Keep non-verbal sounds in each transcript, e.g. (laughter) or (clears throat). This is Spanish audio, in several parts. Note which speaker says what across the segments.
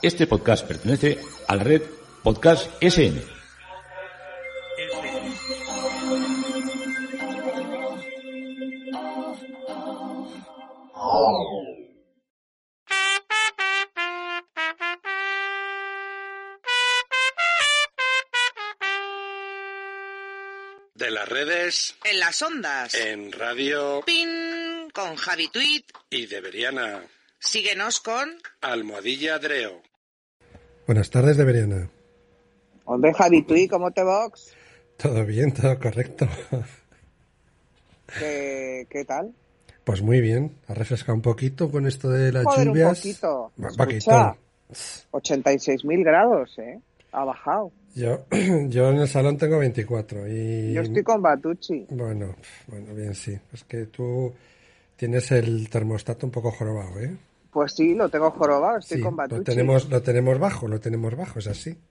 Speaker 1: Este podcast pertenece a la red Podcast SN.
Speaker 2: De las redes,
Speaker 3: En las ondas.
Speaker 2: en radio
Speaker 3: Pin con Javi Tweet.
Speaker 2: y de Veriana.
Speaker 3: Síguenos con
Speaker 2: Almohadilla Dreo.
Speaker 4: Buenas tardes, de Veriana.
Speaker 5: Hombre, Javi, ¿tú y cómo te vox?
Speaker 4: Todo bien, todo correcto. (laughs)
Speaker 5: ¿Qué, qué tal?
Speaker 4: Pues muy bien, ha refrescado un poquito con esto de las
Speaker 5: Joder, un
Speaker 4: lluvias.
Speaker 5: poquito.
Speaker 4: Ba-
Speaker 5: Escucha.
Speaker 4: poquito.
Speaker 5: 86.000 grados, ¿eh? Ha bajado.
Speaker 4: Yo, (clears throat) yo en el salón tengo 24 y...
Speaker 5: Yo estoy con Batucci.
Speaker 4: Bueno, bueno, bien, sí. Es que tú tienes el termostato un poco jorobado, ¿eh?
Speaker 5: Pues sí, lo tengo jorobado, estoy
Speaker 4: sí,
Speaker 5: con Batucci.
Speaker 4: lo tenemos, lo tenemos bajo, lo tenemos bajo, es así. (laughs)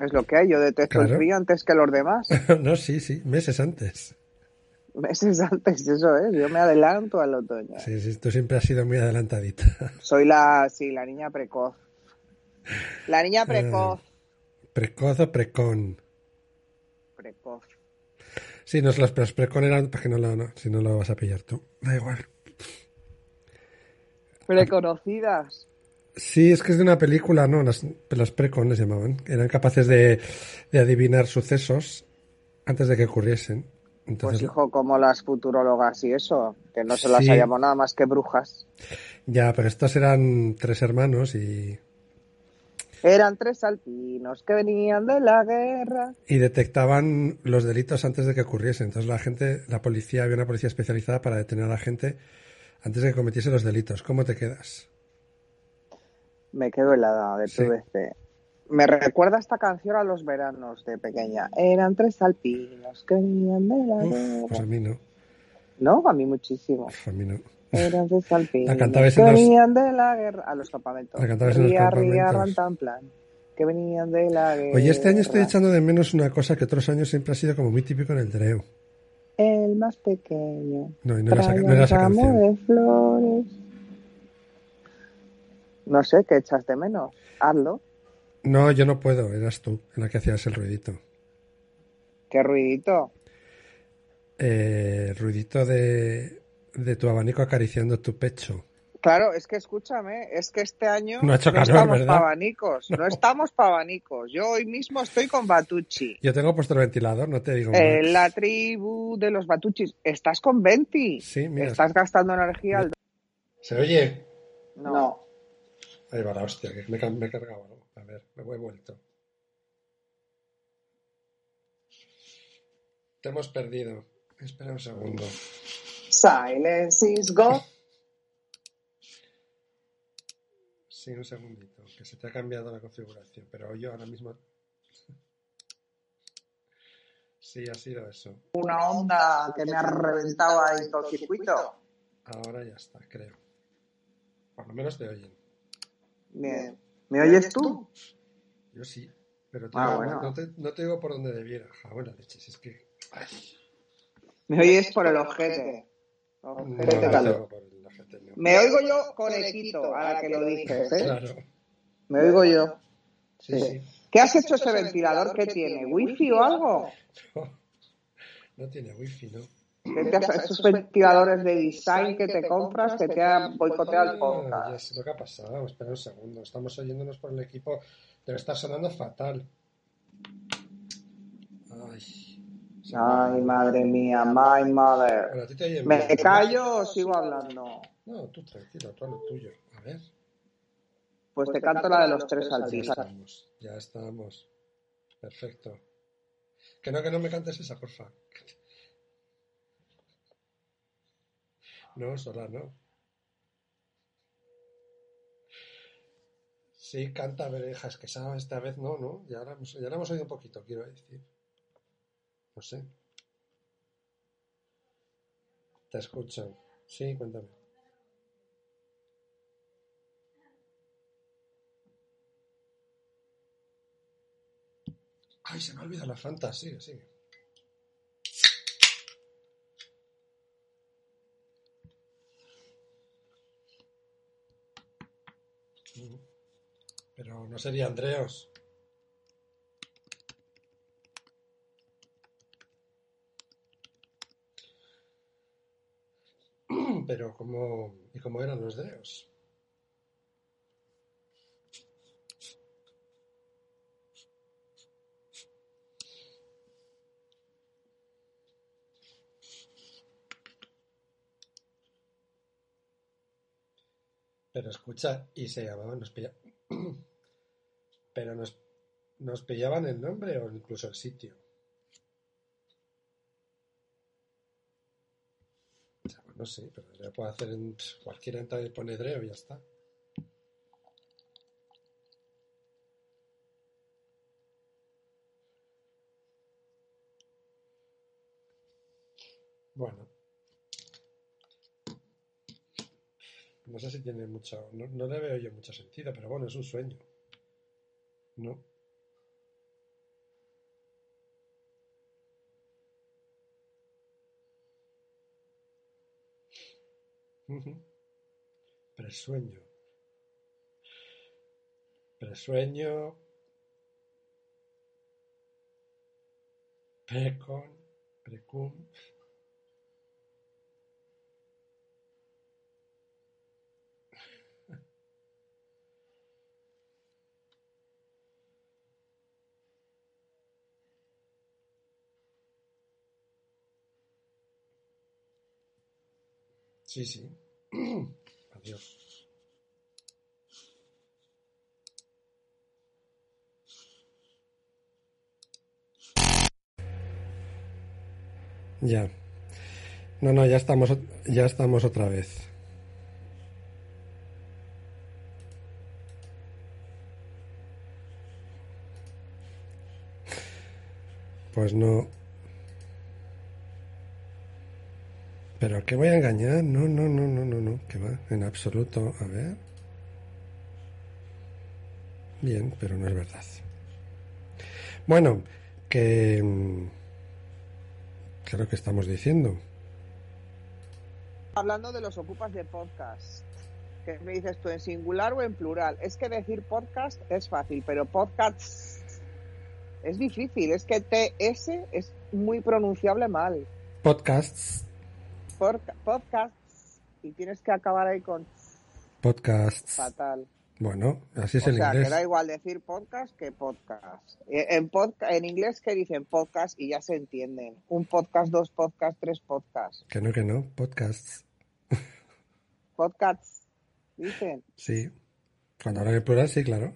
Speaker 5: Es lo que hay, yo detesto el
Speaker 4: Claro.
Speaker 5: frío antes que los
Speaker 4: (laughs)
Speaker 5: demás.
Speaker 4: no, sí, sí, meses antes.
Speaker 5: Meses antes, eso es. Yo me adelanto al otoño.
Speaker 4: Sí, sí, tú siempre has sido muy adelantadita.
Speaker 5: Soy la, sí, la niña precoz. La
Speaker 4: Eh.
Speaker 5: niña precoz.
Speaker 4: (laughs) Precoz o precón.
Speaker 5: Precoz.
Speaker 4: Sí, no, los, los precón eran para que no lo, no, si no lo vas a pillar tú. Da igual. Ah.
Speaker 5: Preconocidas.
Speaker 4: Sí, es que es de una película, ¿no? Las, las precon les llamaban. Eran capaces de, de adivinar sucesos antes de que ocurriesen.
Speaker 5: Pues
Speaker 4: Entonces,
Speaker 5: hijo, como las futurólogas y eso, que no se las
Speaker 4: Sí.
Speaker 5: ha llamado nada más que brujas.
Speaker 4: ya, pero estos eran tres hermanos y,
Speaker 5: Eran tres alpinos que venían de la guerra.
Speaker 4: y detectaban los delitos antes de que ocurriesen. Entonces la gente, la policía, había una policía especializada para detener a la gente antes de que cometiese los delitos. ¿Cómo te quedas?
Speaker 5: Me quedo helada de
Speaker 4: Sí.
Speaker 5: PVC. Me recuerda esta canción a los veranos de pequeña. Eran tres alpinos que venían de la
Speaker 4: Uf, pues a
Speaker 5: guerra.
Speaker 4: mí no.
Speaker 5: No, a mí muchísimo.
Speaker 4: Uf, a mí no.
Speaker 5: Eran
Speaker 4: (laughs)
Speaker 5: tres alpinos
Speaker 4: cantabais
Speaker 5: que
Speaker 4: en los-
Speaker 5: venían de la guerra. A los campamentos.
Speaker 4: La cantabais en los
Speaker 5: Ría, ría,
Speaker 4: campamentos.
Speaker 5: ran, tan, plan. Que venían de la guerra.
Speaker 4: Oye, este año estoy echando de menos una cosa que otros años siempre ha sido como muy típico en el Dreu.
Speaker 5: El más pequeño.
Speaker 4: No, y no era esa- no
Speaker 5: traía
Speaker 4: era
Speaker 5: un
Speaker 4: esa
Speaker 5: ramo
Speaker 4: canción.
Speaker 5: de flores. No sé, ¿qué echas de menos? Hazlo.
Speaker 4: No, yo no puedo, eras tú en la que hacías el ruidito.
Speaker 5: Qué ruidito.
Speaker 4: Eh, el ruidito de, de tu abanico acariciando tu pecho.
Speaker 5: Claro, es que escúchame, es que este año
Speaker 4: No ha hecho calor,
Speaker 5: estamos
Speaker 4: ¿verdad?
Speaker 5: pavanicos, no. estamos pavanicos. Yo hoy mismo estoy con Batucci.
Speaker 4: Yo tengo puesto el ventilador, no te digo. más.
Speaker 5: Eh, la tribu de los Batuchis, estás con Venti.
Speaker 4: Sí, mira.
Speaker 5: Estás gastando energía al.
Speaker 4: ¿Se oye?
Speaker 5: No.
Speaker 4: Ahí va la hostia, que me, he cam- me he cargado algo. A ver, me he vuelto. Te hemos perdido. Espera un segundo.
Speaker 5: Silence is God.
Speaker 4: Sí, un segundito, que se te ha cambiado la configuración, pero yo ahora mismo... Sí, ha sido eso.
Speaker 5: Una onda que me ha reventado ahí todo el circuito.
Speaker 4: Ahora ya está, creo. Por lo menos te oyen.
Speaker 5: Bien. ¿Me oyes tú?
Speaker 4: Yo sí, pero te
Speaker 5: Ah,
Speaker 4: digo,
Speaker 5: bueno.
Speaker 4: no, te, no te digo por dónde debiera. Ah, bueno, leche, si es que... Ay,
Speaker 5: Me oyes por el ojete.
Speaker 4: no,
Speaker 5: Ojete
Speaker 4: no
Speaker 5: calor.
Speaker 4: tengo por la gente, no.
Speaker 5: Me oigo yo conequito, a la que lo dices, ¿eh?
Speaker 4: Claro,
Speaker 5: Me oigo yo.
Speaker 4: sí,
Speaker 5: Sí.
Speaker 4: sí. (laughs)
Speaker 5: ¿Qué has hecho ese ventilador que tiene? ¿Wifi o algo?
Speaker 4: No tiene wifi, ¿no?
Speaker 5: ¿Qué te has- esos ventiladores de design que te compras que te han boicoteado el
Speaker 4: Ah,
Speaker 5: podcast.
Speaker 4: ya sé lo que ha pasado. Espera un segundo. Estamos oyéndonos por el equipo. Debe estar sonando fatal. Ay. se me-
Speaker 5: Ay, madre mía, my mother.
Speaker 4: Bueno, a ti te oyen
Speaker 5: ¿Me
Speaker 4: bien, ¿no?
Speaker 5: callo o sigo hablando?
Speaker 4: No, tú tranquilo, tú a lo tuyo. A ver.
Speaker 5: Pues te canto la de los tres
Speaker 4: Ya
Speaker 5: alpinos.
Speaker 4: estamos. Ya estamos. Perfecto. Que no, que no me cantes esa, porfa. No, Solar, no. Sí, canta Berejas que sabes, esta vez no, ¿no? Ya la, hemos, ya la hemos oído un poquito, quiero decir. No sé. Te escucho. Sí, cuéntame. Ay, se me ha olvidado la Fanta, sigue, sigue. Mm. Pero no sería Andreos. (clears throat) Pero como ¿y cómo eran los Dreos? Pero escucha, y se llamaban, nos pilla- (clears throat) Pero nos, nos pillaban el nombre o incluso el sitio. O sea, bueno, sí, pero ya puedo hacer en cualquiera entra y pone Dreo y ya está. Bueno. No sé si tiene mucho. No, no le veo yo mucho sentido, pero bueno, es un sueño. No. Ujú. Presueño. Presueño. Precon. Precum. Sí, sí. (clears throat) Adiós. Ya. No, no, ya estamos, ot- ya estamos otra vez. Pues no. Pero que voy a engañar. No, no, no, no, no, no. Que va. En absoluto. A ver. Bien, pero no es verdad. Bueno, que. mm, ¿Qué es lo que estamos diciendo?
Speaker 5: Hablando de los ocupas de podcast, que me dices tú en singular o en plural. Es que decir podcast es fácil, pero podcast es difícil. Es que TS es muy pronunciable mal.
Speaker 4: Podcasts.
Speaker 5: Porca- Podcasts y tienes que acabar ahí con
Speaker 4: Podcasts.
Speaker 5: fatal.
Speaker 4: Bueno, así es
Speaker 5: o
Speaker 4: el
Speaker 5: sea,
Speaker 4: inglés.
Speaker 5: que da igual decir podcast que podcast. Eh, En, podca- en inglés que dicen podcast y ya se entienden. Un podcast, dos podcasts, tres podcasts.
Speaker 4: Que no, que no. Podcasts.
Speaker 5: Podcasts, dicen.
Speaker 4: Sí. Cuando hablan en plural, sí, claro.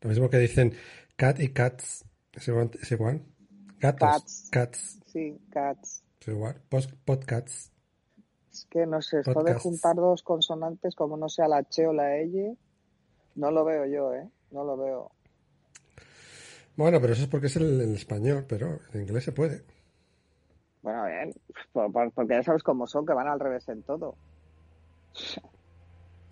Speaker 4: Lo mismo que dicen cat y cats. Es igual. es igual. Gatos.
Speaker 5: Cats.
Speaker 4: Cats.
Speaker 5: Sí, cats.
Speaker 4: Es igual. Post- podcasts.
Speaker 5: Es que no sé, esto de
Speaker 4: Podcasts.
Speaker 5: juntar dos consonantes como no sea la Che o la L, no lo veo yo, ¿eh? No lo veo.
Speaker 4: Bueno, pero eso es porque es el, el español, pero en inglés se puede.
Speaker 5: Bueno, bien, por- por- porque ya sabes cómo son, que van al revés en todo.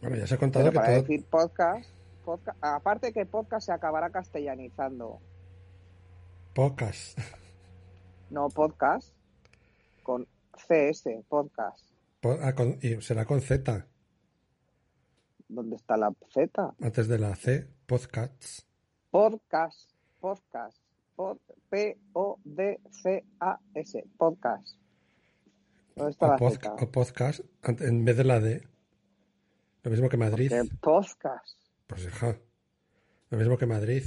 Speaker 4: Bueno, ya se ha contado
Speaker 5: Pero
Speaker 4: que
Speaker 5: para
Speaker 4: todo...
Speaker 5: decir podcast, podcast, aparte que podcast se acabará castellanizando.
Speaker 4: Pocas.
Speaker 5: No, podcast. Con CS, podcast.
Speaker 4: Po- ah, con- y será con Z,
Speaker 5: ¿Dónde está la Z?
Speaker 4: antes de la C, podcasts.
Speaker 5: Podcast, podcast. pod- P-O-D-C-A-S, podcast. ¿Dónde está
Speaker 4: O,
Speaker 5: la
Speaker 4: podca-
Speaker 5: Z?
Speaker 4: o Ah, podcast ant- en vez de la D. Lo mismo que Madrid.
Speaker 5: Porque podcast.
Speaker 4: Pues ja. Lo mismo que Madrid.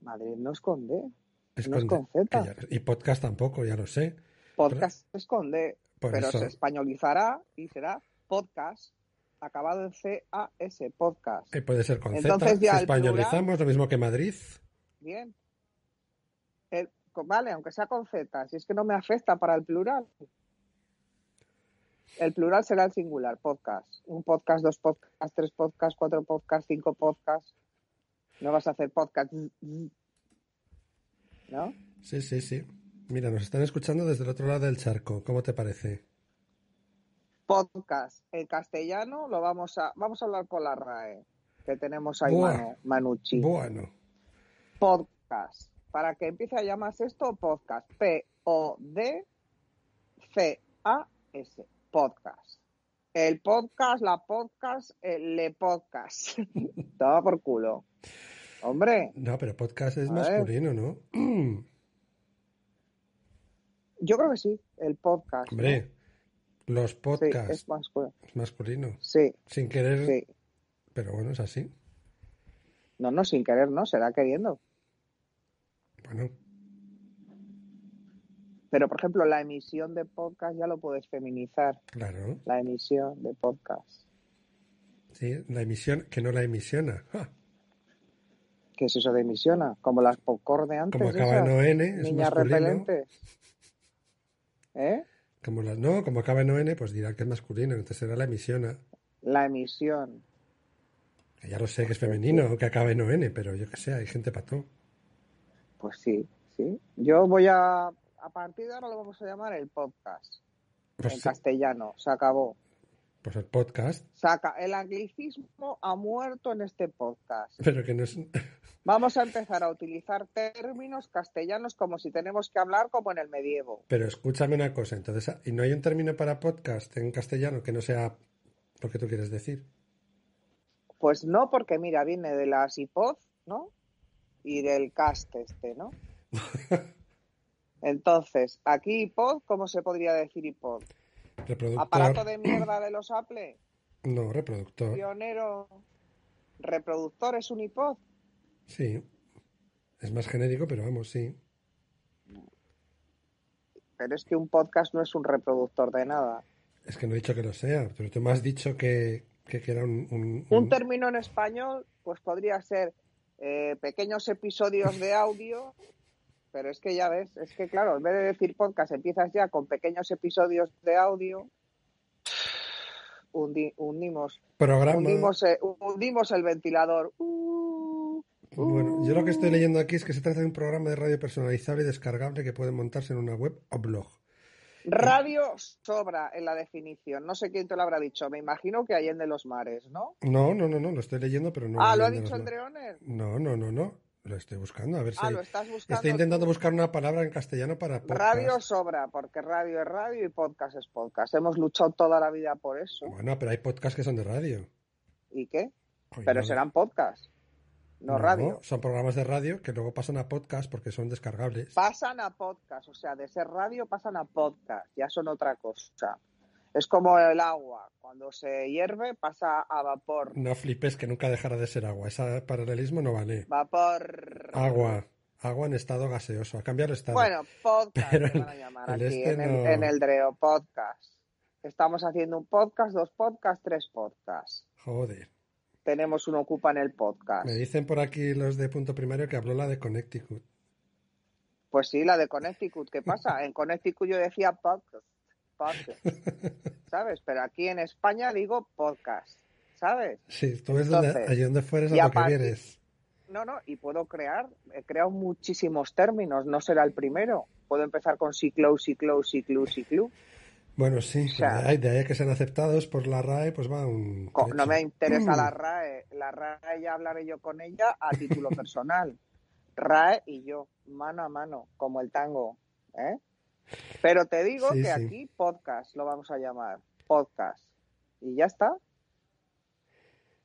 Speaker 5: Madrid no esconde.
Speaker 4: Es
Speaker 5: No es con
Speaker 4: D-
Speaker 5: Z.
Speaker 4: que ya- y podcast tampoco, ya lo sé.
Speaker 5: Podcast esconde,
Speaker 4: Por
Speaker 5: pero
Speaker 4: eso
Speaker 5: se españolizará y será podcast, acabado en C-A-S, podcast.
Speaker 4: eh, puede ser con
Speaker 5: Entonces
Speaker 4: Z.
Speaker 5: ya
Speaker 4: Si
Speaker 5: el plural-
Speaker 4: españolizamos, lo mismo que Madrid.
Speaker 5: Bien. Eh, El- co- vale, aunque sea con Z, si es que no me afecta para el plural. El plural será el singular, podcast. Un podcast, dos podcasts, tres podcasts, cuatro podcasts, cinco podcasts. No vas a hacer podcast. ¿No?
Speaker 4: Sí, sí, sí. Mira, nos están escuchando desde el otro lado del charco. ¿Cómo te parece?
Speaker 5: Podcast. En castellano lo vamos a vamos a hablar con la RAE, que tenemos ahí
Speaker 4: Buah.
Speaker 5: Manu- Manucci.
Speaker 4: Bueno,
Speaker 5: Podcast. Para que empiece a llamarse esto podcast. P O D C A S. Podcast. El podcast, la podcast, el le podcast. (laughs) Toma por culo. Hombre.
Speaker 4: no, pero podcast es
Speaker 5: A ver.
Speaker 4: masculino, ¿no?
Speaker 5: Yo creo que sí, el podcast.
Speaker 4: Hombre, los
Speaker 5: ¿no? Sí,
Speaker 4: podcasts
Speaker 5: es más cool.
Speaker 4: es masculino.
Speaker 5: Sí,
Speaker 4: Sin querer,
Speaker 5: sí.
Speaker 4: pero bueno, es así.
Speaker 5: No, no, sin querer, no, será queriendo.
Speaker 4: Bueno,
Speaker 5: Pero, por ejemplo, la emisión de podcast ya lo puedes feminizar,
Speaker 4: claro.
Speaker 5: la emisión de podcast.
Speaker 4: Sí, la emisión que no la emisiona. Ah, ¡Ja!
Speaker 5: ¿Qué es eso de emisiona? Como las popcorn de antes.
Speaker 4: Como acaba en
Speaker 5: esas,
Speaker 4: ON, es
Speaker 5: Niñas
Speaker 4: masculino.
Speaker 5: repelentes. ¿Eh?
Speaker 4: Como las no, como acaba en ON, pues dirá que es masculino, entonces será la emisiona.
Speaker 5: La emisión.
Speaker 4: Que Ya lo sé que es femenino, que acaba en ON, pero yo qué sé, hay gente pató.
Speaker 5: Pues sí, sí. Yo voy a. A partir de ahora lo vamos a llamar el podcast.
Speaker 4: Pues,
Speaker 5: en
Speaker 4: sí,
Speaker 5: castellano, se acabó.
Speaker 4: pues el podcast,
Speaker 5: Saca, el anglicismo ha muerto en este podcast.
Speaker 4: pero que no es.
Speaker 5: Vamos a empezar a utilizar términos castellanos como si tenemos que hablar como en el medievo.
Speaker 4: Pero escúchame una cosa, entonces, ¿y no hay un término para podcast en castellano que no sea lo que tú quieres decir?
Speaker 5: Pues no, porque mira, viene de las hipod, ¿no? Y del cast este, ¿no? Entonces, aquí hipod, ¿cómo se podría decir hipod? Aparato
Speaker 4: Reproductor.
Speaker 5: de mierda de los Apple,
Speaker 4: No, reproductor.
Speaker 5: pionero, reproductor es un hipod.
Speaker 4: Sí. Es más genérico, pero vamos, sí.
Speaker 5: Pero es que un podcast no es un reproductor de nada.
Speaker 4: Es que no he dicho que lo sea, pero tú me has dicho que, que, que era un... un-
Speaker 5: Un
Speaker 4: un-
Speaker 5: término en español, pues podría ser eh, pequeños episodios de audio, pero es que ya ves, es que claro, en vez de decir podcast, empiezas ya con pequeños episodios de audio. Hundi- hundimos,
Speaker 4: programa.
Speaker 5: hundimos, eh, hundimos el ventilador. Uh,
Speaker 4: Bueno, yo lo que estoy leyendo aquí es que se trata de un programa de radio personalizable y descargable que puede montarse en una web o blog.
Speaker 5: radio sobra en la definición. No sé quién te lo habrá dicho. Me imagino que Allende los Mares, ¿no?
Speaker 4: No, no, no, no, lo estoy leyendo, pero no.
Speaker 5: ah,
Speaker 4: voy
Speaker 5: lo
Speaker 4: a
Speaker 5: ha
Speaker 4: leerlo,
Speaker 5: dicho
Speaker 4: no.
Speaker 5: Andreones.
Speaker 4: No, no, no, no. Lo estoy buscando, a ver si.
Speaker 5: Ah, lo estás buscando.
Speaker 4: Estoy intentando
Speaker 5: tú.
Speaker 4: buscar una palabra en castellano para podcast.
Speaker 5: Radio sobra, porque radio es radio y podcast es podcast. Hemos luchado toda la vida por eso.
Speaker 4: Bueno, pero hay podcasts que son de radio.
Speaker 5: ¿Y qué?
Speaker 4: Ay,
Speaker 5: Pero
Speaker 4: no.
Speaker 5: serán podcasts, no, radio.
Speaker 4: Son programas de radio que luego pasan a podcast porque son descargables.
Speaker 5: Pasan a podcast, o sea, de ser radio pasan a podcast, ya son otra cosa. Es como el agua, cuando se hierve pasa a vapor.
Speaker 4: No flipes que nunca dejará de ser agua. Ese paralelismo no vale.
Speaker 5: Vapor.
Speaker 4: Agua. Agua en estado gaseoso. Ha cambiado el estado.
Speaker 5: Bueno, podcast
Speaker 4: Pero
Speaker 5: le van a
Speaker 4: el-
Speaker 5: llamar
Speaker 4: el
Speaker 5: aquí
Speaker 4: este
Speaker 5: en, el,
Speaker 4: no.
Speaker 5: en el Dreo, podcast. Estamos haciendo un podcast, dos podcasts, tres podcasts.
Speaker 4: Joder.
Speaker 5: Tenemos un Ocupa en el podcast.
Speaker 4: Me dicen por aquí los de punto primario que habló la de Connecticut.
Speaker 5: Pues sí, la de Connecticut. ¿Qué pasa? En Connecticut yo decía podcast, podcast, ¿sabes? Pero aquí en España digo podcast, ¿sabes?
Speaker 4: Sí, tú ves donde,
Speaker 5: Entonces,
Speaker 4: allí donde fueres a
Speaker 5: y
Speaker 4: lo
Speaker 5: aparte-
Speaker 4: que vienes.
Speaker 5: No, no, y puedo crear, he creado muchísimos términos, no será el primero. Puedo empezar con ciclo, ciclo, ciclo, ciclo.
Speaker 4: Bueno, sí, pues
Speaker 5: O sea-
Speaker 4: de ahí- de ahí a que sean aceptados por la RAE, pues va un.
Speaker 5: Co- No
Speaker 4: trecho.
Speaker 5: me interesa
Speaker 4: Mm.
Speaker 5: la RAE, la RAE ya hablaré yo con ella a título personal. RAE y yo, mano a mano, como el tango. ¿eh? Pero te digo
Speaker 4: Sí,
Speaker 5: que
Speaker 4: sí.
Speaker 5: aquí podcast lo vamos a llamar, podcast. Y ya está.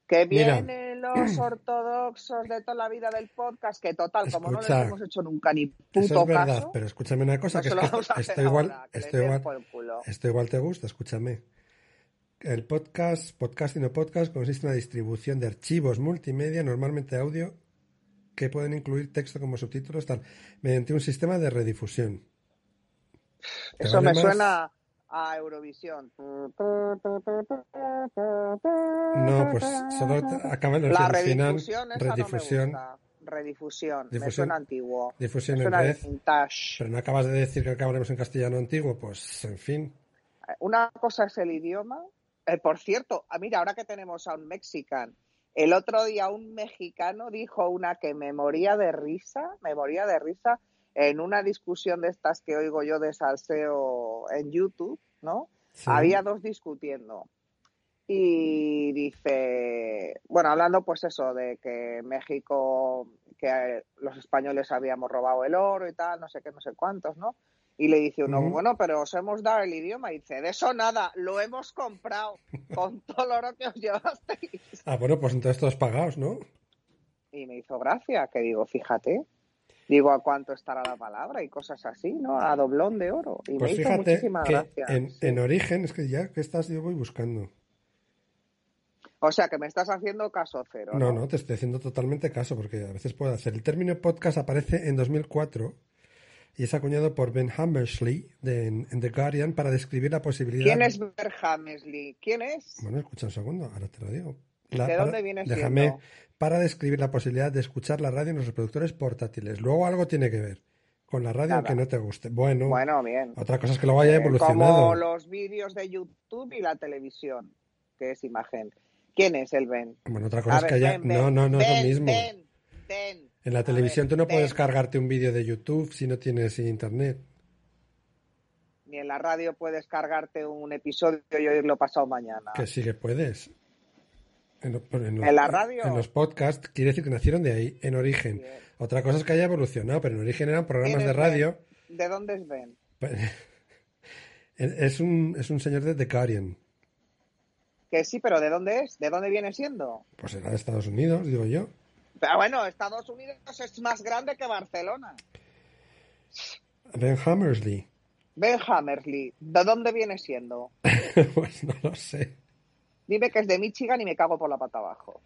Speaker 5: Que
Speaker 4: Mira.
Speaker 5: vienen los
Speaker 4: (clears throat)
Speaker 5: ortodoxos de toda la vida del podcast, que total, como no les
Speaker 4: Escucha,
Speaker 5: hemos hecho nunca ni
Speaker 4: Eso
Speaker 5: puto
Speaker 4: es verdad,
Speaker 5: caso,
Speaker 4: pero escúchame una cosa,
Speaker 5: no se
Speaker 4: que es
Speaker 5: lo
Speaker 4: que
Speaker 5: vamos a
Speaker 4: esto
Speaker 5: hacer
Speaker 4: igual,
Speaker 5: ahora, que les
Speaker 4: esto
Speaker 5: den
Speaker 4: igual,
Speaker 5: por el culo.
Speaker 4: esto igual te gusta, escúchame. El podcast, podcasting o podcast consiste en la distribución de archivos multimedia, normalmente audio, que pueden incluir texto como subtítulos, tal, mediante un sistema de redifusión. ¿Te
Speaker 5: Eso
Speaker 4: vale
Speaker 5: me
Speaker 4: más?
Speaker 5: suena a Eurovisión. No,
Speaker 4: No, pues solo te- acaba en el
Speaker 5: La
Speaker 4: final,
Speaker 5: redifusión, esa
Speaker 4: redifusión,
Speaker 5: no me gusta. Redifusión, me
Speaker 4: Difusión.
Speaker 5: suena antiguo.
Speaker 4: difusión
Speaker 5: Me
Speaker 4: en
Speaker 5: suena
Speaker 4: red,
Speaker 5: vintage.
Speaker 4: pero no acabas de decir que acabaremos en castellano antiguo, pues en fin.
Speaker 5: Una cosa es el idioma. Eh, por cierto, ah, mira, ahora que tenemos a un mexican, el otro día un mexicano dijo una que me moría de risa, me moría de risa en una discusión de estas que oigo yo de salseo en YouTube, ¿no?
Speaker 4: Sí.
Speaker 5: Había dos discutiendo. Y dice, bueno, hablando pues eso, de que México, que eh, los españoles habíamos robado el oro y tal, no sé qué, no sé cuántos, ¿no? Y le dice uno,
Speaker 4: Ujú.
Speaker 5: bueno, pero os hemos dado el idioma. Y dice, de eso nada, lo hemos comprado
Speaker 4: (laughs)
Speaker 5: con todo el oro que os llevasteis.
Speaker 4: Ah, bueno, pues entonces todos pagados, ¿no?
Speaker 5: Y me hizo gracia, que digo, fíjate, digo, ¿a cuánto estará la palabra? Y cosas así, ¿no? A doblón de oro. Y me
Speaker 4: Pues
Speaker 5: hizo
Speaker 4: fíjate
Speaker 5: muchísima
Speaker 4: que
Speaker 5: gracia.
Speaker 4: en,
Speaker 5: sí.
Speaker 4: en origen, es que ya que estás, yo voy buscando.
Speaker 5: O sea, que me estás haciendo caso cero.
Speaker 4: No, no, te estoy haciendo totalmente caso porque a veces puedo hacer. El término podcast aparece en 2004 y es acuñado por Ben Hammersley de, en, en The Guardian para describir la posibilidad.
Speaker 5: ¿Quién es Ber Hamesley? ¿Quién es?
Speaker 4: Bueno, escucha un segundo, ahora te lo digo.
Speaker 5: ¿De dónde viene
Speaker 4: Déjame
Speaker 5: siendo?
Speaker 4: para describir la posibilidad de escuchar la radio en los reproductores portátiles. Luego algo tiene que ver con la radio
Speaker 5: Nada.
Speaker 4: aunque no te guste. Bueno,
Speaker 5: Ah, Bueno, bien.
Speaker 4: otra cosa es que lo haya
Speaker 5: Eh,
Speaker 4: evolucionado.
Speaker 5: Como los vídeos de YouTube y la televisión, que es imagen. ¿Quién es el Ben?
Speaker 4: Bueno, otra cosa
Speaker 5: A
Speaker 4: es
Speaker 5: ver,
Speaker 4: que haya...
Speaker 5: Ben,
Speaker 4: no,
Speaker 5: Ben,
Speaker 4: no, no es
Speaker 5: Ben,
Speaker 4: lo mismo.
Speaker 5: Ben, Ben.
Speaker 4: En la
Speaker 5: A
Speaker 4: televisión
Speaker 5: ver,
Speaker 4: tú no
Speaker 5: Ben.
Speaker 4: puedes cargarte un vídeo de YouTube si no tienes internet.
Speaker 5: Ni en la radio puedes cargarte un episodio y oírlo pasado mañana.
Speaker 4: Que sí que puedes. En, lo- en los,
Speaker 5: ¿En la radio?
Speaker 4: En los podcasts, quiere decir que nacieron de ahí, en origen.
Speaker 5: Bien.
Speaker 4: Otra cosa es que haya evolucionado, pero en origen eran programas
Speaker 5: ¿Quién
Speaker 4: de
Speaker 5: es
Speaker 4: radio.
Speaker 5: Ben? ¿De dónde es Ben?
Speaker 4: (laughs) Es un, es un señor de The Guardian.
Speaker 5: Que sí, pero ¿de dónde es? ¿De dónde viene siendo?
Speaker 4: Pues era de Estados Unidos, digo yo.
Speaker 5: Pero bueno, Estados Unidos es más grande que Barcelona.
Speaker 4: Ben Hammersley. (laughs)
Speaker 5: Ben Hammersley, ¿de dónde viene siendo?
Speaker 4: pues no lo sé.
Speaker 5: Dime que es de Michigan y me cago por la pata abajo.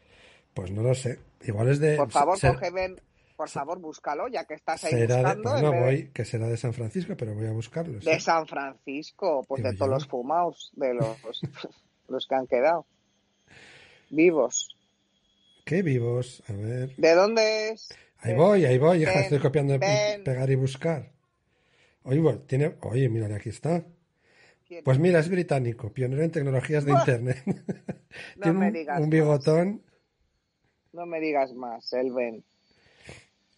Speaker 4: Pues no lo sé. Igual es de.
Speaker 5: Por favor,
Speaker 4: Eh, se-
Speaker 5: coge Ben, por favor, búscalo, ya que estás ahí
Speaker 4: será de,
Speaker 5: buscando. en
Speaker 4: bueno,
Speaker 5: vez de-
Speaker 4: voy, que será de San Francisco, pero voy a buscarlo. sí.
Speaker 5: De San Francisco, pues
Speaker 4: Digo
Speaker 5: de todos
Speaker 4: yo.
Speaker 5: los fumados, de los, (laughs) los que han quedado vivos.
Speaker 4: Qué vivos. A ver.
Speaker 5: ¿De dónde es?
Speaker 4: Ahí
Speaker 5: Ben,
Speaker 4: voy, ahí voy, hija,
Speaker 5: Ben,
Speaker 4: estoy copiando de
Speaker 5: Ben.
Speaker 4: pegar y buscar. Oye, bueno, tiene, oye, mira, aquí está.
Speaker 5: ¿Quién?
Speaker 4: Pues mira, es británico, pionero en tecnologías de internet.
Speaker 5: No
Speaker 4: (laughs) tiene
Speaker 5: me
Speaker 4: un-
Speaker 5: digas
Speaker 4: un,
Speaker 5: más.
Speaker 4: bigotón.
Speaker 5: No me digas más, el Ben.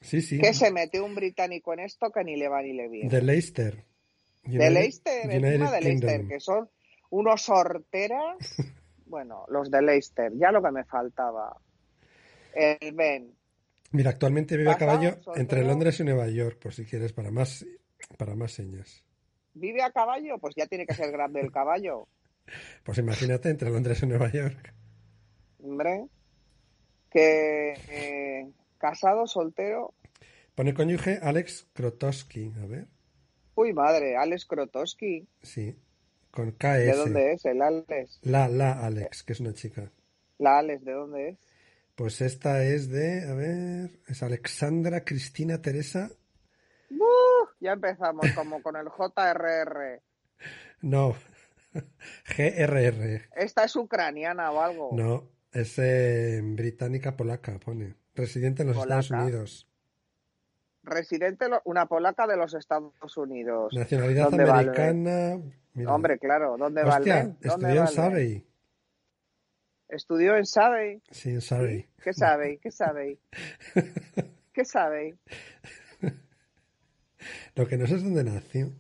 Speaker 4: Sí, sí.
Speaker 5: Que se mete un británico en esto que ni le va ni le viene.
Speaker 4: De Leicester.
Speaker 5: de
Speaker 4: United-
Speaker 5: Leicester, encima
Speaker 4: United
Speaker 5: de Leicester,
Speaker 4: Kingdom.
Speaker 5: que son unos
Speaker 4: (laughs)
Speaker 5: horteras. bueno, los de Leicester, ya lo que me faltaba. El Ben.
Speaker 4: Mira, actualmente vive a
Speaker 5: Pasa,
Speaker 4: caballo
Speaker 5: soltero.
Speaker 4: entre Londres y Nueva York, por si quieres, para más, para más señas.
Speaker 5: ¿Vive a caballo? Pues ya tiene que ser grande el caballo,
Speaker 4: Pues imagínate, entre Londres y Nueva York.
Speaker 5: hombre. Que eh, casado, soltero.
Speaker 4: Pone cónyuge Alex Krotowski, a ver.
Speaker 5: Uy, madre, Alex Krotowski.
Speaker 4: Sí, con
Speaker 5: ¿De
Speaker 4: KS.
Speaker 5: dónde es el Alex?
Speaker 4: La, la Alex, que es una chica.
Speaker 5: La Alex, ¿de dónde es?
Speaker 4: Pues esta es de, a ver, es Alexandra Cristina Teresa.
Speaker 5: ¡Buh! Ya empezamos como con el JRR.
Speaker 4: No, (laughs) GRR.
Speaker 5: Esta es ucraniana o algo.
Speaker 4: No, es eh, británica polaca, pone. Residente en los Estados
Speaker 5: Polaca.
Speaker 4: Unidos.
Speaker 5: Residente, lo- una polaca de los Estados Unidos.
Speaker 4: Nacionalidad
Speaker 5: Pues, ¿Dónde va el
Speaker 4: americana. Mira.
Speaker 5: Hombre, claro, ¿dónde va el
Speaker 4: Hostia,
Speaker 5: Ben? ¿Dónde
Speaker 4: estudió en
Speaker 5: va el Ben?
Speaker 4: Surrey.
Speaker 5: Estudió en Sabey.
Speaker 4: Sí, en Surrey.
Speaker 5: ¿Qué sabe? ¿Qué
Speaker 4: (laughs)
Speaker 5: sabe? ¿Qué sabe?
Speaker 4: Lo que no sé es dónde nació.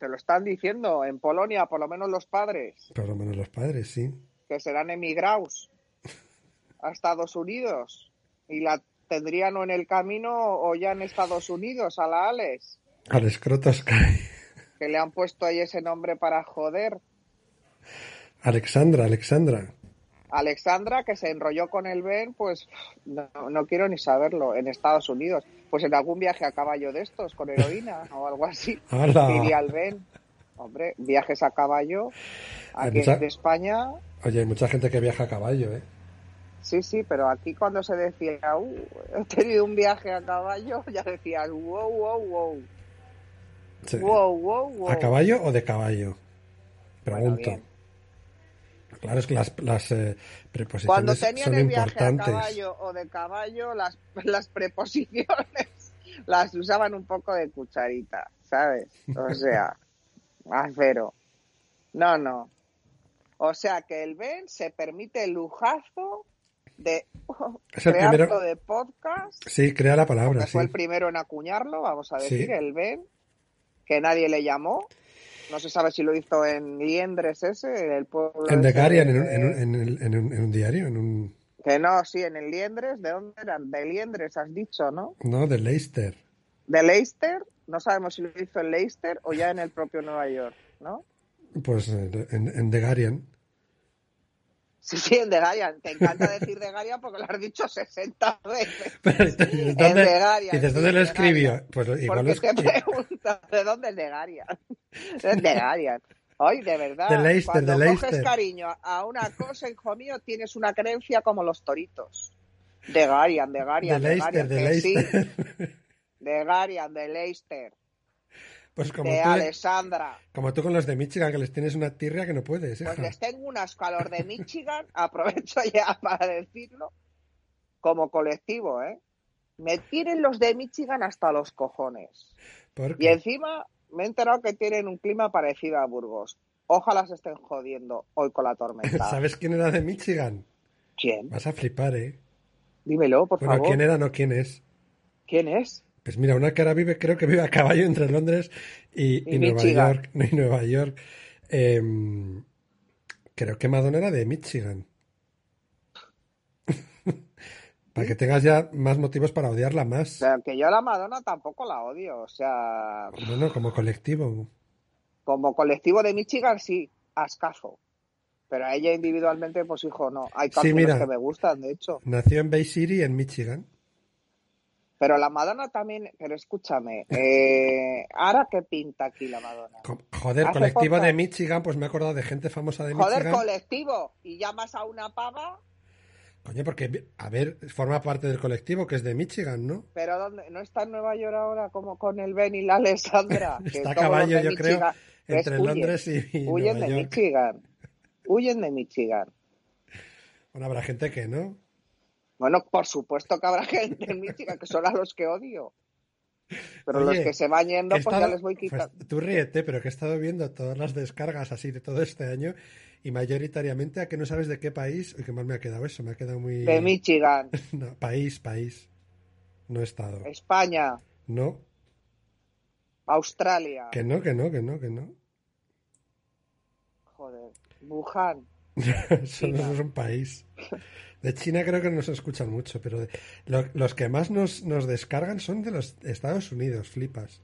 Speaker 5: Te lo están diciendo en Polonia, por lo menos los padres,
Speaker 4: Por lo menos los padres, sí.
Speaker 5: que serán emigrados a Estados Unidos y la tendrían o en el camino o ya en Estados Unidos, a la Alex,
Speaker 4: Alex Krotowska.
Speaker 5: que le han puesto ahí ese nombre para joder.
Speaker 4: (laughs) Alexandra, Alexandra.
Speaker 5: Alexandra, que se enrolló con el Ben, pues no, no quiero ni saberlo, en Estados Unidos. Pues en algún viaje a caballo de estos, con heroína o algo así,
Speaker 4: ¡Hala!
Speaker 5: iría al Ben. Hombre, viajes a caballo,
Speaker 4: Hay
Speaker 5: aquí
Speaker 4: mucha-
Speaker 5: en España,
Speaker 4: Oye, hay mucha gente que viaja a caballo, ¿eh?
Speaker 5: sí, sí, pero aquí cuando se decía, "Uh, he tenido un viaje a caballo, (laughs) ya decías, wow, wow, wow,
Speaker 4: Sí.
Speaker 5: wow, wow, wow.
Speaker 4: ¿A caballo o de caballo?
Speaker 5: Bueno,
Speaker 4: Pregunto.
Speaker 5: bien.
Speaker 4: claro, es que las, las eh, preposiciones
Speaker 5: Cuando tenían
Speaker 4: son
Speaker 5: el viaje a
Speaker 4: importantes.
Speaker 5: caballo o de caballo, las, (laughs) las preposiciones
Speaker 4: (laughs)
Speaker 5: las usaban un poco de cucharita, ¿sabes? O sea, a cero. No, no. O sea que el Ben se permite el lujazo de
Speaker 4: (laughs) Es el
Speaker 5: crear
Speaker 4: primero-
Speaker 5: todo de podcast.
Speaker 4: Sí, crea la
Speaker 5: porque
Speaker 4: palabra, sí.
Speaker 5: fue el primero en acuñarlo, vamos a decir,
Speaker 4: Sí.
Speaker 5: el Ben, que nadie le llamó. No se sabe si lo hizo en Liendres ese, en el pueblo.
Speaker 4: En
Speaker 5: ese
Speaker 4: The Guardian,
Speaker 5: de-
Speaker 4: en un, en un- en el- en un- en un diario, en un...
Speaker 5: Que no, sí, en el Liendres. ¿De dónde eran? De Liendres, has dicho, ¿no?
Speaker 4: No, de Leicester.
Speaker 5: De Leicester. No sabemos si lo hizo en Leicester o ya en el propio Nueva York, ¿no?
Speaker 4: Pues eh, en, en The Guardian.
Speaker 5: Sí, sí, en The Guardian. Te encanta decir The Guardian porque lo has dicho 60 veces.
Speaker 4: (laughs) Pero dices, ¿dónde,
Speaker 5: The Guardian,
Speaker 4: dices,
Speaker 5: sí,
Speaker 4: ¿dónde lo
Speaker 5: en The
Speaker 4: escribió?
Speaker 5: Guardian.
Speaker 4: Pues igual lo
Speaker 5: Porque te
Speaker 4: escribió.
Speaker 5: preguntas de dónde es The Guardian. (laughs) Es The Guardian. Hoy, de verdad,
Speaker 4: De Leicester,
Speaker 5: cuando
Speaker 4: de
Speaker 5: coges
Speaker 4: Leicester.
Speaker 5: cariño a una cosa, hijo mío, tienes una creencia como los toritos. De Guardian, de
Speaker 4: De
Speaker 5: Guardian, de
Speaker 4: Leicester,
Speaker 5: Guardian,
Speaker 4: de
Speaker 5: que sí.
Speaker 4: Leicester. (laughs)
Speaker 5: De Guardian, de Leicester,
Speaker 4: Pues como
Speaker 5: de
Speaker 4: tú,
Speaker 5: Alessandra.
Speaker 4: como tú con los de Michigan, que les tienes una tirria que no puedes,
Speaker 5: Pues
Speaker 4: hija.
Speaker 5: les tengo unas calor de Michigan, (laughs) aprovecho ya para decirlo, como colectivo, ¿eh? Me tienen los de Michigan hasta los cojones.
Speaker 4: ¿Por
Speaker 5: Y
Speaker 4: qué?
Speaker 5: encima me he enterado que tienen un clima parecido a Burgos. Ojalá se estén jodiendo hoy con la
Speaker 4: (laughs)
Speaker 5: tormenta.
Speaker 4: (laughs) ¿Sabes quién era de Michigan?
Speaker 5: ¿Quién?
Speaker 4: Vas a flipar, ¿eh?
Speaker 5: Dímelo, por
Speaker 4: Bueno,
Speaker 5: favor.
Speaker 4: ¿quién era? No, ¿quién es?
Speaker 5: ¿Quién es?
Speaker 4: Pues mira, una que ahora vive, creo que vive a caballo entre Londres y,
Speaker 5: Y
Speaker 4: y Nueva
Speaker 5: Michigan.
Speaker 4: York. (laughs) Y Nueva York. Em, creo que Madonna era de Michigan. (laughs) para que tengas ya más motivos para odiarla más.
Speaker 5: Pero que yo a la Madonna tampoco la odio. O sea,
Speaker 4: Bueno, como colectivo.
Speaker 5: como colectivo de Michigan sí, ascazo. Pero a ella individualmente, pues hijo, no. Hay
Speaker 4: Sí,
Speaker 5: canciones
Speaker 4: mira.
Speaker 5: que me gustan, de hecho.
Speaker 4: Nació en Bay City, en Michigan.
Speaker 5: Pero la Madonna también, pero escúchame, eh, ahora qué pinta aquí la Madonna.
Speaker 4: Co- Joder,
Speaker 5: Hace
Speaker 4: colectivo
Speaker 5: poco.
Speaker 4: de Michigan, pues me he acordado de gente famosa de
Speaker 5: Joder,
Speaker 4: Michigan.
Speaker 5: colectivo, y llamas a una pava,
Speaker 4: Coño, porque, a ver, forma parte del colectivo que es de Michigan, ¿no?
Speaker 5: pero ¿dónde? ¿No está en Nueva York ahora como con el Ben y la
Speaker 4: (laughs)
Speaker 5: Alessandra? Que
Speaker 4: Está a
Speaker 5: todos los
Speaker 4: caballo,
Speaker 5: de
Speaker 4: yo creo,
Speaker 5: Michigan, pues
Speaker 4: Entre
Speaker 5: huyen,
Speaker 4: Londres y, y
Speaker 5: Huyen
Speaker 4: Nueva
Speaker 5: de
Speaker 4: York.
Speaker 5: Michigan, huyen de Michigan.
Speaker 4: Bueno, habrá gente que no.
Speaker 5: Bueno, por supuesto que habrá (laughs) gente en Michigan que son a los que odio. Pero
Speaker 4: Oye,
Speaker 5: los que se van yendo,
Speaker 4: He
Speaker 5: pues ya
Speaker 4: estado-
Speaker 5: les voy
Speaker 4: (laughs)
Speaker 5: quitando.
Speaker 4: pues tú ríete, pero que he estado viendo todas las descargas así de todo este año y mayoritariamente a que no sabes de qué país. Uy, qué mal me ha quedado eso, me ha quedado muy.
Speaker 5: De Michigan,
Speaker 4: (laughs) No, país, país. No he estado.
Speaker 5: España,
Speaker 4: No,
Speaker 5: Australia,
Speaker 4: que no, que no, que no, que no. (laughs)
Speaker 5: joder, Wuhan.
Speaker 4: Eso no
Speaker 5: China.
Speaker 4: es un país.
Speaker 5: (laughs)
Speaker 4: De China creo que no se escuchan mucho, pero de- lo- los que más nos, nos descargan son de los Estados Unidos, flipas.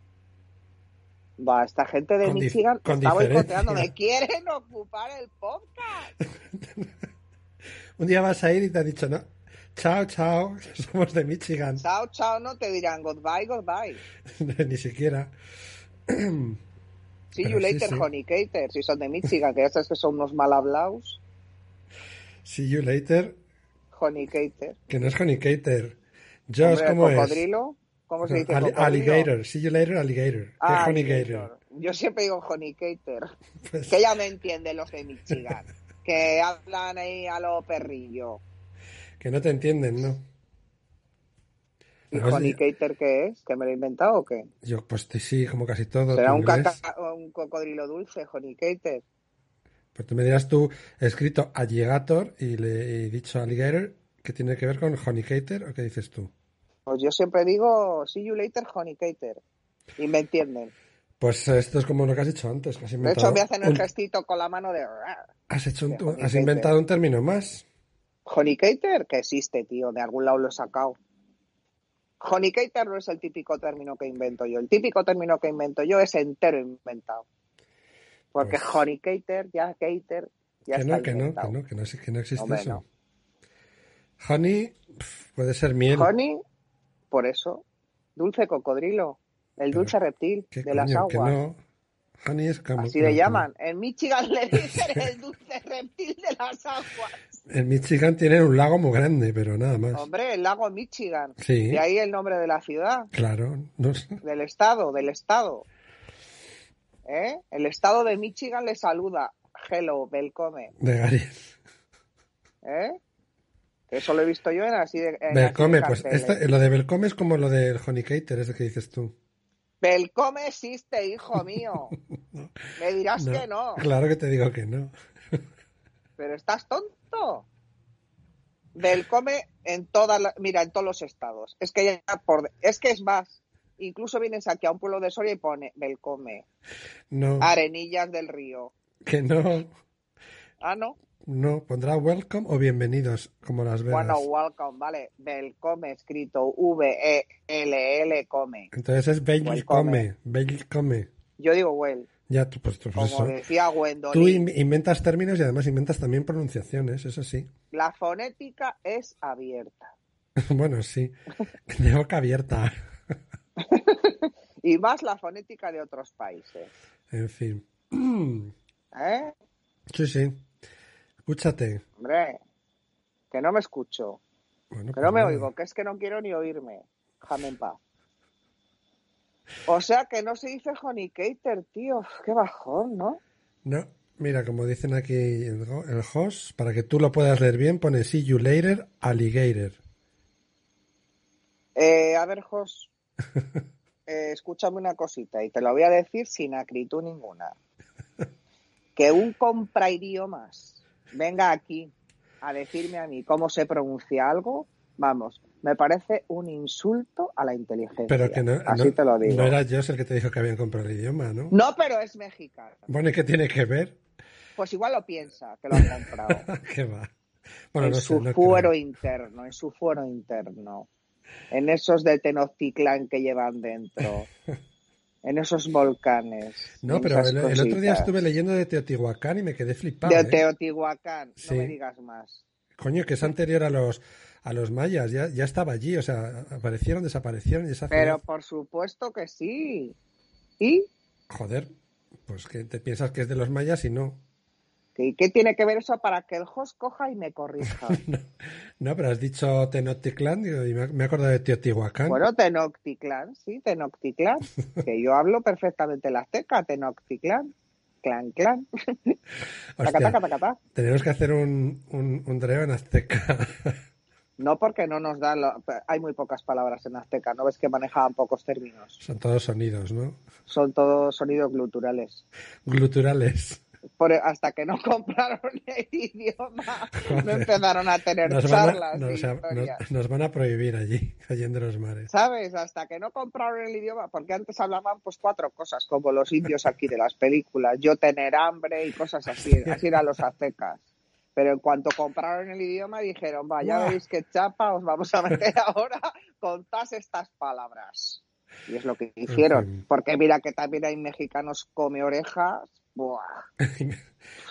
Speaker 5: Va, esta gente de
Speaker 4: Con dif-
Speaker 5: Michigan
Speaker 4: con
Speaker 5: está
Speaker 4: diferencia.
Speaker 5: boicoteando. Me quieren ocupar el podcast.
Speaker 4: Un día vas a ir y te han dicho, no, chao, chao, (laughs) somos de Michigan.
Speaker 5: Chao, chao, no te dirán goodbye, goodbye.
Speaker 4: (laughs) Ni siquiera.
Speaker 5: See
Speaker 4: Pero
Speaker 5: you
Speaker 4: sí,
Speaker 5: later,
Speaker 4: sí.
Speaker 5: honey cater. Si son de Michigan, que ya sabes que son unos mal hablados.
Speaker 4: See you later,
Speaker 5: Honey cater.
Speaker 4: que no es honeycater. Josh,
Speaker 5: Hombre,
Speaker 4: ¿cómo es?
Speaker 5: cocodrilo. ¿Cómo se dice?
Speaker 4: Ali-
Speaker 5: cocodrilo?
Speaker 4: alligator, see you later, alligator. ¿Qué
Speaker 5: Ah,
Speaker 4: honeygator?
Speaker 5: alligator. Yo siempre digo honey cater.
Speaker 4: Pues,
Speaker 5: Que ya me entienden los de (laughs) Michigan. que hablan ahí a lo perrillo.
Speaker 4: que no te entienden, ¿no?
Speaker 5: ¿Y
Speaker 4: Además,
Speaker 5: honey cater qué es? ¿Que me lo he inventado o qué?
Speaker 4: Yo, pues sí, como casi todo.
Speaker 5: ¿Será
Speaker 4: tu
Speaker 5: un,
Speaker 4: inglés.
Speaker 5: caca- un cocodrilo dulce, honey cater?
Speaker 4: Pues tú me dirás tú, he escrito alligator y le he dicho alligator, que tiene que ver con honeycater, ¿o qué dices tú?
Speaker 5: Pues yo siempre digo, see you later, honey cater. Y me entienden.
Speaker 4: Pues esto es como lo que has dicho antes, que has
Speaker 5: De
Speaker 4: inventado.
Speaker 5: hecho, me hacen el
Speaker 4: un-
Speaker 5: gestito con la mano de...
Speaker 4: has, hecho un-
Speaker 5: de
Speaker 4: has
Speaker 5: honeycater.
Speaker 4: inventado un término más.
Speaker 5: Honey cater, que existe, tío. De algún lado lo he sacado. Honey cater no es el típico término que invento yo. El típico término que invento yo es entero inventado. Porque
Speaker 4: Pues-
Speaker 5: honey cater, ya cater, ya
Speaker 4: que
Speaker 5: está
Speaker 4: no, que no,
Speaker 5: inventado.
Speaker 4: que no, que no, que no existe
Speaker 5: Hombre,
Speaker 4: eso.
Speaker 5: no.
Speaker 4: Honey pf, puede ser miel.
Speaker 5: Honey, por eso, dulce cocodrilo, el
Speaker 4: Pero,
Speaker 5: dulce reptil
Speaker 4: ¿Qué
Speaker 5: de las
Speaker 4: coño? Que
Speaker 5: aguas.
Speaker 4: no. Honey es como.
Speaker 5: Así
Speaker 4: no,
Speaker 5: le
Speaker 4: que
Speaker 5: llaman. En Michigan le (laughs) dicen el dulce reptil de las aguas.
Speaker 4: no. En Michigan tienen un lago muy grande, pero nada más.
Speaker 5: Hombre, el lago Michigan.
Speaker 4: Sí.
Speaker 5: De ahí el nombre de la ciudad,
Speaker 4: Claro. No, sé.
Speaker 5: del estado, del estado. ¿Eh? El estado de Michigan le saluda. Hello, welcome.
Speaker 4: de Gary.
Speaker 5: ¿Eh? Eso lo he visto yo en así de. en
Speaker 4: Belcome,
Speaker 5: así de
Speaker 4: pues
Speaker 5: carteles.
Speaker 4: esto- lo de Belcome es como lo del honeycater, es lo que dices tú. (laughs)
Speaker 5: Welcome existe, hijo mío.
Speaker 4: No.
Speaker 5: Me dirás que Ah, no,
Speaker 4: Claro que te digo que no.
Speaker 5: pero estás tonto. Del come en todas la- mira, en todos los estados. Es que ya por, es que es más. Incluso vienes aquí a un pueblo de Soria y pone Belcome,
Speaker 4: No,
Speaker 5: Ah. Arenillas del Río.
Speaker 4: que no.
Speaker 5: Ah, no.
Speaker 4: No, pondrá welcome o bienvenidos, como las veras.
Speaker 5: Bueno, welcome, vale. Belcome escrito V-E-L-L come.
Speaker 4: Entonces es welcome,
Speaker 5: Welcome.
Speaker 4: welcome.
Speaker 5: Yo digo well,
Speaker 4: Ya tú, pues, tú, pues
Speaker 5: como
Speaker 4: eso.
Speaker 5: decía
Speaker 4: Tú
Speaker 5: Gwendolyn.
Speaker 4: in- inventas términos y además inventas también pronunciaciones, eso sí.
Speaker 5: La fonética es abierta.
Speaker 4: (laughs)
Speaker 5: (laughs)
Speaker 4: bueno, sí. De boca abierta.
Speaker 5: Y más la fonética de otros países.
Speaker 4: En fin. (clears throat)
Speaker 5: ¿Eh?
Speaker 4: Sí, sí. Escúchate.
Speaker 5: Hombre, que no me escucho,
Speaker 4: Bueno,
Speaker 5: que no
Speaker 4: pues
Speaker 5: me
Speaker 4: nada.
Speaker 5: oigo, que es que no quiero ni oírme. Déjame en paz. O sea que no se dice Honeycater, tío. Qué bajón, ¿no?
Speaker 4: No, mira, como dicen aquí el, go- el host, para que tú lo puedas leer bien, pone see you later, alligator.
Speaker 5: Eh, a ver,
Speaker 4: (laughs)
Speaker 5: Jos, eh, escúchame una cosita y te lo voy a decir sin acritud ninguna. Que un compra idiomas venga aquí a decirme a mí cómo se pronuncia algo, vamos, me parece un insulto a la inteligencia.
Speaker 4: Pero que no,
Speaker 5: Así
Speaker 4: no-
Speaker 5: te lo digo.
Speaker 4: no era yo el que te dijo que habían comprado el idioma, ¿no?
Speaker 5: No, pero es mexicano.
Speaker 4: Bueno, ¿y qué tiene que ver? (laughs) Ah,
Speaker 5: Pues igual lo piensa que lo han comprado.
Speaker 4: ¿Qué va? Bueno,
Speaker 5: en
Speaker 4: no sé,
Speaker 5: su
Speaker 4: no creo.
Speaker 5: fuero interno, en su fuero interno, en esos de Tenochtitlán que llevan
Speaker 4: (laughs)
Speaker 5: dentro, en esos volcanes.
Speaker 4: No,
Speaker 5: en
Speaker 4: pero
Speaker 5: esas
Speaker 4: el, el otro día
Speaker 5: cositas.
Speaker 4: estuve leyendo de Teotihuacán y me quedé flipado.
Speaker 5: De
Speaker 4: ¿eh?
Speaker 5: Teotihuacán,
Speaker 4: Sí.
Speaker 5: no me digas más.
Speaker 4: Coño, que es anterior a los a los mayas, ya, ya estaba allí, o sea, aparecieron, desaparecieron y esa
Speaker 5: Pero
Speaker 4: ciudad-
Speaker 5: por supuesto que sí. ¿Y
Speaker 4: joder, pues que te piensas que es de los mayas y no.
Speaker 5: qué, qué tiene que ver eso para que el host coja y me corrija?
Speaker 4: (laughs) No, pero has dicho Tenochtitlán digo, y me, me he acordado de Teotihuacán.
Speaker 5: bueno, Tenochtitlán, sí,
Speaker 4: (laughs)
Speaker 5: Tenochtitlán, que yo hablo perfectamente la azteca, Tenochtitlán, clan, clan,
Speaker 4: Hostia,
Speaker 5: taca, taca, taca, taca.
Speaker 4: tenemos que hacer un, un, un dreo en azteca. (laughs)
Speaker 5: No porque no nos da, lo- hay muy pocas palabras en azteca, no ves que manejaban pocos términos,
Speaker 4: Son todos sonidos, ¿no?
Speaker 5: son todos sonidos gluturales.
Speaker 4: Gluturales.
Speaker 5: Por- hasta que no (laughs) compraron el
Speaker 4: (laughs)
Speaker 5: idioma, no
Speaker 4: Joder.
Speaker 5: empezaron a tener
Speaker 4: Nos van a,
Speaker 5: charlas.
Speaker 4: no,
Speaker 5: y
Speaker 4: o sea,
Speaker 5: historias.
Speaker 4: nos- nos van a prohibir allí, (laughs) allí en de los mares.
Speaker 5: ¿Sabes? Hasta que no compraron el idioma, porque antes hablaban pues cuatro cosas, como los indios aquí de las películas, yo tener hambre y cosas así, así eran los aztecas. Pero en cuanto compraron el idioma dijeron, vaya,
Speaker 4: Buah.
Speaker 5: veis qué chapa, os vamos a meter (laughs) ahora con todas estas palabras. Y es lo que
Speaker 4: fin.
Speaker 5: hicieron, porque mira que también hay mexicanos come orejas, buah,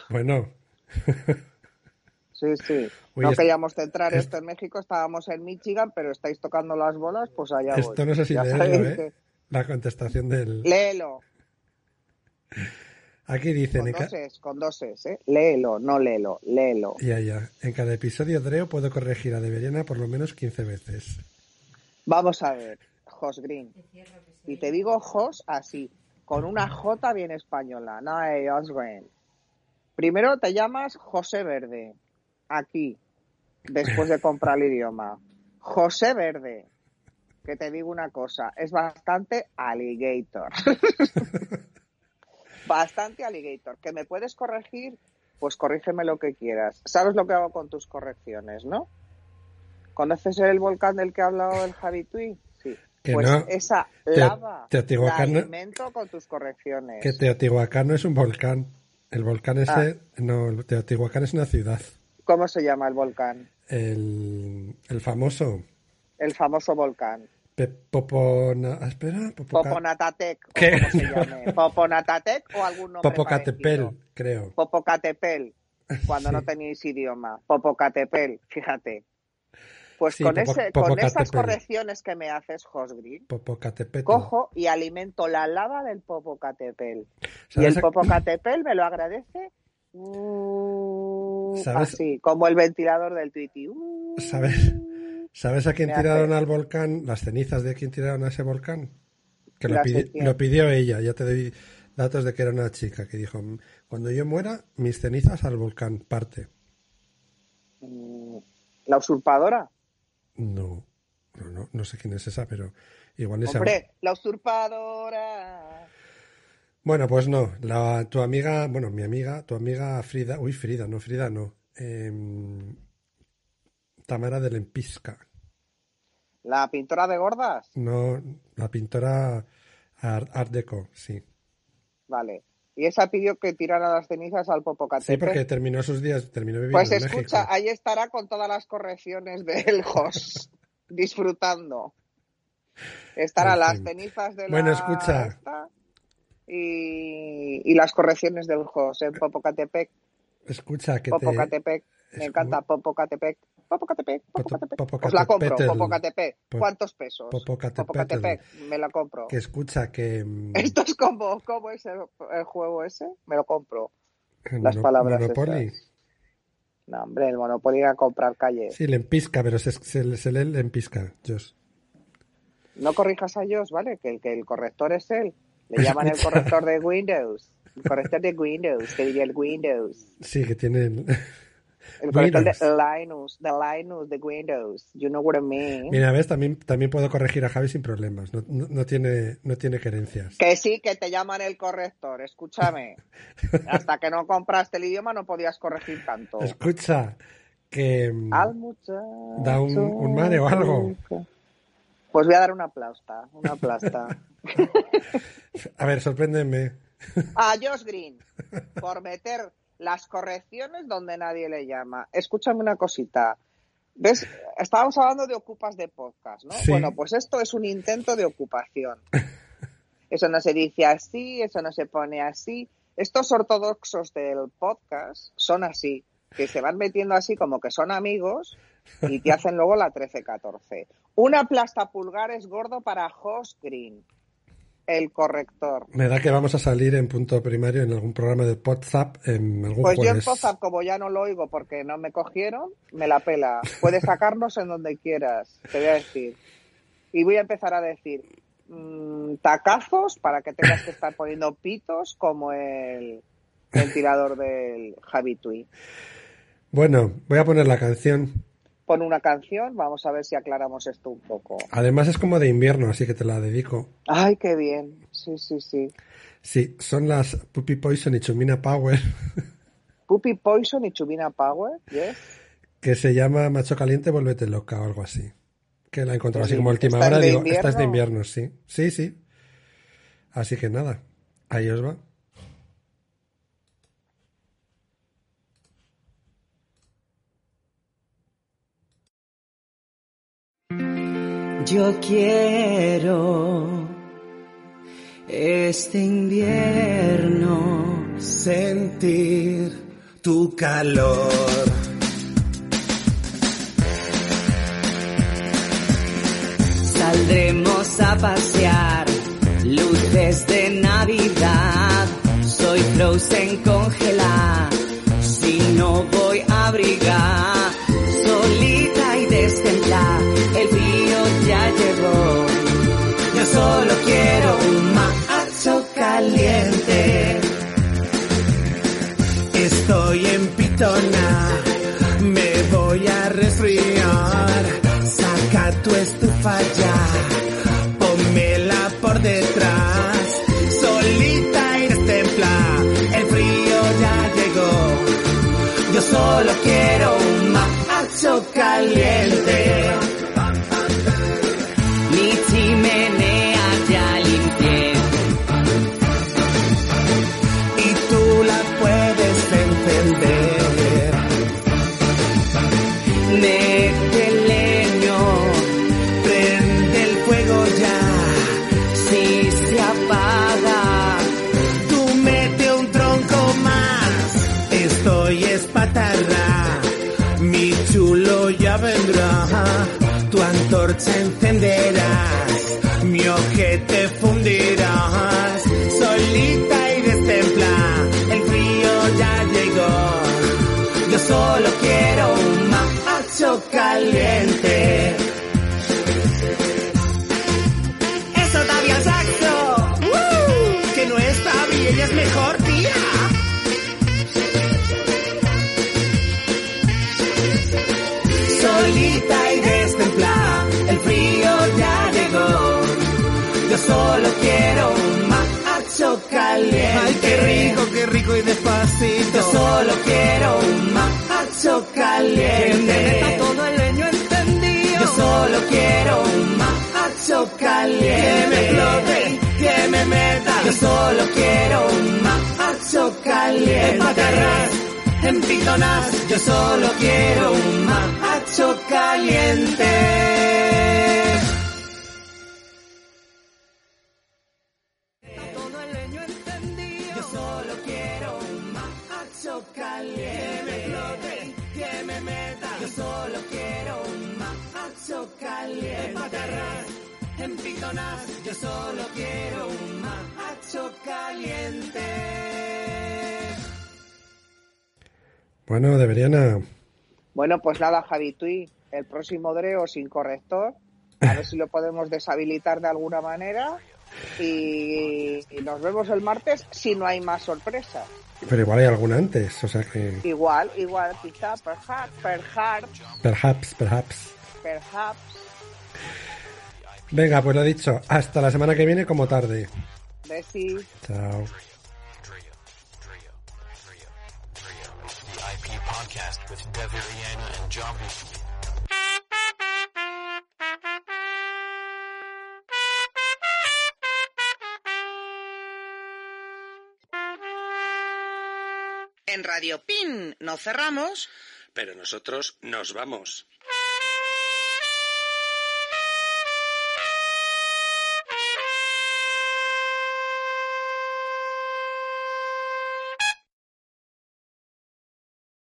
Speaker 4: Bueno,
Speaker 5: sí, sí.
Speaker 4: Uy,
Speaker 5: no
Speaker 4: esto-
Speaker 5: queríamos centrar
Speaker 4: esto-
Speaker 5: esto en México, estábamos en Michigan, pero estáis tocando las bolas, pues allá voy.
Speaker 4: esto no sé si
Speaker 5: Ya
Speaker 4: leerlo,
Speaker 5: sabéis
Speaker 4: ¿eh? La contestación
Speaker 5: que-
Speaker 4: del...
Speaker 5: Léelo.
Speaker 4: Aquí dicen...
Speaker 5: Con
Speaker 4: en ca-
Speaker 5: doses, con doses, ¿eh? Léelo, no léelo, léelo.
Speaker 4: Ya, ya. En cada episodio Dreo puedo corregir a Deberiana por lo menos 15 veces.
Speaker 5: Vamos a ver, Jos Green. Y te digo Jos así, con una J bien española. No, eh, Jos Green. Primero te llamas José Verde, aquí, después de comprar el idioma. José Verde, que te digo una cosa, es bastante alligator. (laughs) bastante alligator. ¿Que me puedes corregir? Pues corrígeme lo que quieras. ¿Sabes lo que hago con tus correcciones, no? ¿Conoces el volcán del que ha hablado el Javi Tui? Sí.
Speaker 4: Que
Speaker 5: pues
Speaker 4: no.
Speaker 5: esa
Speaker 4: Te-
Speaker 5: lava
Speaker 4: Teotihuacán no-
Speaker 5: la alimento con tus correcciones.
Speaker 4: Que Teotihuacán no es un volcán. El volcán
Speaker 5: Ah.
Speaker 4: ese... No, el Teotihuacán es una ciudad.
Speaker 5: ¿Cómo se llama el volcán?
Speaker 4: El, el famoso...
Speaker 5: El famoso volcán.
Speaker 4: Pe- Popona... ah, Espera, Popoca-
Speaker 5: Poponatatec. o
Speaker 4: ¿Qué?
Speaker 5: como se
Speaker 4: (laughs)
Speaker 5: llame. Poponatatec o algún nombre
Speaker 4: Popocatépetl,
Speaker 5: parecido.
Speaker 4: creo.
Speaker 5: Popocatépetl, cuando
Speaker 4: Sí.
Speaker 5: no tenéis idioma. Popocatépetl, fíjate. Pues
Speaker 4: Sí,
Speaker 5: con,
Speaker 4: Popo-
Speaker 5: ese, con esas
Speaker 4: Popocatépetl.
Speaker 5: correcciones que me haces, Hosgreen,
Speaker 4: Popocatépetl.
Speaker 5: cojo y alimento la lava del Popocatépetl. Y
Speaker 4: ¿Sabes
Speaker 5: el
Speaker 4: a-
Speaker 5: Popocatépetl me lo agradece uh,
Speaker 4: ¿Sabes?
Speaker 5: así, como el ventilador del Twitty. uh,
Speaker 4: ¿Sabes? ¿Sabes a quién
Speaker 5: Me
Speaker 4: tiraron
Speaker 5: hace-
Speaker 4: al volcán? Las cenizas de quién tiraron a ese volcán. Que lo,
Speaker 5: Las
Speaker 4: pidi-
Speaker 5: de quién.
Speaker 4: lo pidió ella. Ya te doy datos de que era una chica que dijo: "Mm, Cuando yo muera, mis cenizas al volcán, parte.
Speaker 5: mm, La usurpadora.
Speaker 4: No, no, no, no sé quién es esa, pero igual esa.
Speaker 5: Hombre, la usurpadora.
Speaker 4: Bueno, pues no. La, tu amiga, bueno, mi amiga, tu amiga Frida, uy, Frida, no, Frida no. Em, Tamara de Lempisca.
Speaker 5: La pintora de gordas.
Speaker 4: No, la pintora Art, Art Deco, sí.
Speaker 5: Vale. Y esa pidió que tirara las cenizas al Popocatépetl.
Speaker 4: Sí, porque terminó sus días, terminó viviendo
Speaker 5: Pues
Speaker 4: en
Speaker 5: escucha,
Speaker 4: México.
Speaker 5: ahí estará con todas las correcciones del host, (laughs) disfrutando. Estará
Speaker 4: En
Speaker 5: las
Speaker 4: fin.
Speaker 5: cenizas de
Speaker 4: Pues Bueno,
Speaker 5: la
Speaker 4: escucha.
Speaker 5: esta y, y las correcciones del ¿eh? host en Popocatépetl,
Speaker 4: Escucha, que te...
Speaker 5: Popocatépetl. Me
Speaker 4: es
Speaker 5: encanta Popocatépetl. Popocatépetl,
Speaker 4: Poto-
Speaker 5: Popocatépetl. Os la compro,
Speaker 4: Popocatépetl.
Speaker 5: Popocatépetl.
Speaker 4: Po-
Speaker 5: ¿Cuántos pesos?
Speaker 4: Popocatépetl.
Speaker 5: me la compro.
Speaker 4: Que escucha que... mm,
Speaker 5: (laughs) Esto es como, ¿cómo es el, el juego ese? Me lo compro. (laughs) las palabras
Speaker 4: Monopoly.
Speaker 5: estas. No, hombre, el Monopoly era comprar calles.
Speaker 4: Sí, Lempisca, pero se, se, se lee Lempisca, Josh.
Speaker 5: No corrijas a ellos, ¿vale? Que, el- que el corrector es él. Le llaman el corrector de Windows. El corrector de Windows, que diría el Windows.
Speaker 4: Sí, que tiene...
Speaker 5: El corrector
Speaker 4: Windows.
Speaker 5: de Linux, de Linux, de Windows. You know what I mean.
Speaker 4: Mira, ves, también, también puedo corregir a Javi sin problemas. No, no- no tiene, no tiene querencias.
Speaker 5: Que sí, que te llaman el corrector, escúchame. Hasta que no compraste el idioma no podías corregir tanto.
Speaker 4: Escucha, que... mm,
Speaker 5: Al muchacho
Speaker 4: Da un- un mare o algo.
Speaker 5: que- Pues voy a dar una aplasta, una aplasta.
Speaker 4: A ver, sorpréndeme.
Speaker 5: A Josh Green por meter las correcciones donde nadie le llama. Escúchame una cosita. ¿Ves? Estábamos hablando de ocupas de podcast, ¿no?
Speaker 4: Sí.
Speaker 5: Bueno, pues esto es un intento de ocupación. Eso no se dice así, eso no se pone así. Estos ortodoxos del podcast son así, que se van metiendo así como que son amigos y te hacen luego la 13-14. Una plasta pulgares gordo para Josh Green, el corrector.
Speaker 4: Me da que vamos a salir en punto primario en algún programa de WhatsApp en algún
Speaker 5: Pues yo en
Speaker 4: jueves.
Speaker 5: Pozap, como ya no lo oigo porque no me cogieron, me la pela. Puedes sacarnos en donde quieras, te voy a decir. Y voy a empezar a decir mm, tacazos para que tengas que estar poniendo pitos como el ventilador del Javitui.
Speaker 4: Bueno, voy a poner la canción.
Speaker 5: Pon una canción, vamos a ver si aclaramos esto un poco.
Speaker 4: Además es como de invierno, así que te la dedico.
Speaker 5: Ay, qué bien. Sí, sí, sí.
Speaker 4: Sí, son las Puppy Poison y Chumina Power, (laughs)
Speaker 5: Puppy Poison y Chubina Power, yes.
Speaker 4: que se llama Macho Caliente, Vuélvete Loca o algo así. Que la he encontrado así
Speaker 5: Sí,
Speaker 4: como a última
Speaker 5: ¿esta es
Speaker 4: hora.
Speaker 5: de
Speaker 4: Digo, esta es de
Speaker 5: invierno?
Speaker 4: invierno, sí. Sí, sí. Así que nada, ahí os va.
Speaker 6: Yo quiero este invierno sentir tu calor. Saldremos a pasear, luces de Navidad. Soy frozen congela, si no voy a abrigar. Solita y destemplada, el frío ya llegó. Yo solo quiero un macho caliente. Estoy en pitona, me voy a resfriar. Saca tu estufa ya, pónmela por detrás. Solita y templa, el frío ya llegó. Yo solo quiero un macho caliente. Mi chimenea ya limpié. y tú la puedes encender. Mete el leño, prende el fuego ya, si se apaga, tú mete un tronco más. Estoy espatarra, mi chulo ya vendrá, tu antorcha encenderás, mi ojete fundirás, solita y destempla, el frío ya llegó. Yo solo quiero un macho caliente. Eso Tavia Saxo. ¡Woo! Que no es Tavi, ella es mejor tía. Solita y destemplada, el frío ya llegó. Yo solo quiero un macho caliente. caliente.
Speaker 7: Ay, qué rico, qué rico y
Speaker 6: Yo
Speaker 7: despacito.
Speaker 6: solo quiero un macho
Speaker 7: Que me meta
Speaker 6: caliente.
Speaker 7: todo el leño encendido.
Speaker 6: Yo solo quiero un macho
Speaker 7: Que me
Speaker 6: caliente.
Speaker 7: explote, que me meta.
Speaker 6: Yo solo quiero un macho
Speaker 7: En
Speaker 6: caliente.
Speaker 7: pacarrás, en pitonas.
Speaker 6: Yo solo quiero un macho caliente.
Speaker 7: Todo el leño encendido.
Speaker 6: Yo solo quiero un macho caliente. Que me explote, que me meta. Yo solo quiero un macho caliente. En patarras, en pitonas. Yo solo quiero un macho caliente.
Speaker 4: Bueno, Deberiana,
Speaker 5: Bueno, pues nada, Javi Tui, el próximo Dreo sin corrector, a ver si lo podemos deshabilitar de alguna manera y, y nos vemos el martes si no hay más sorpresas.
Speaker 4: pero igual hay alguna antes, o sea que.
Speaker 5: Igual, igual, quizá, perhaps, perhaps,
Speaker 4: Perhaps, perhaps.
Speaker 5: perhaps,
Speaker 4: Venga, pues lo dicho, hasta la semana que viene como tarde.
Speaker 5: Bessie.
Speaker 4: Chao.
Speaker 3: En Radio PIN no cerramos.
Speaker 2: Pero nosotros nos vamos.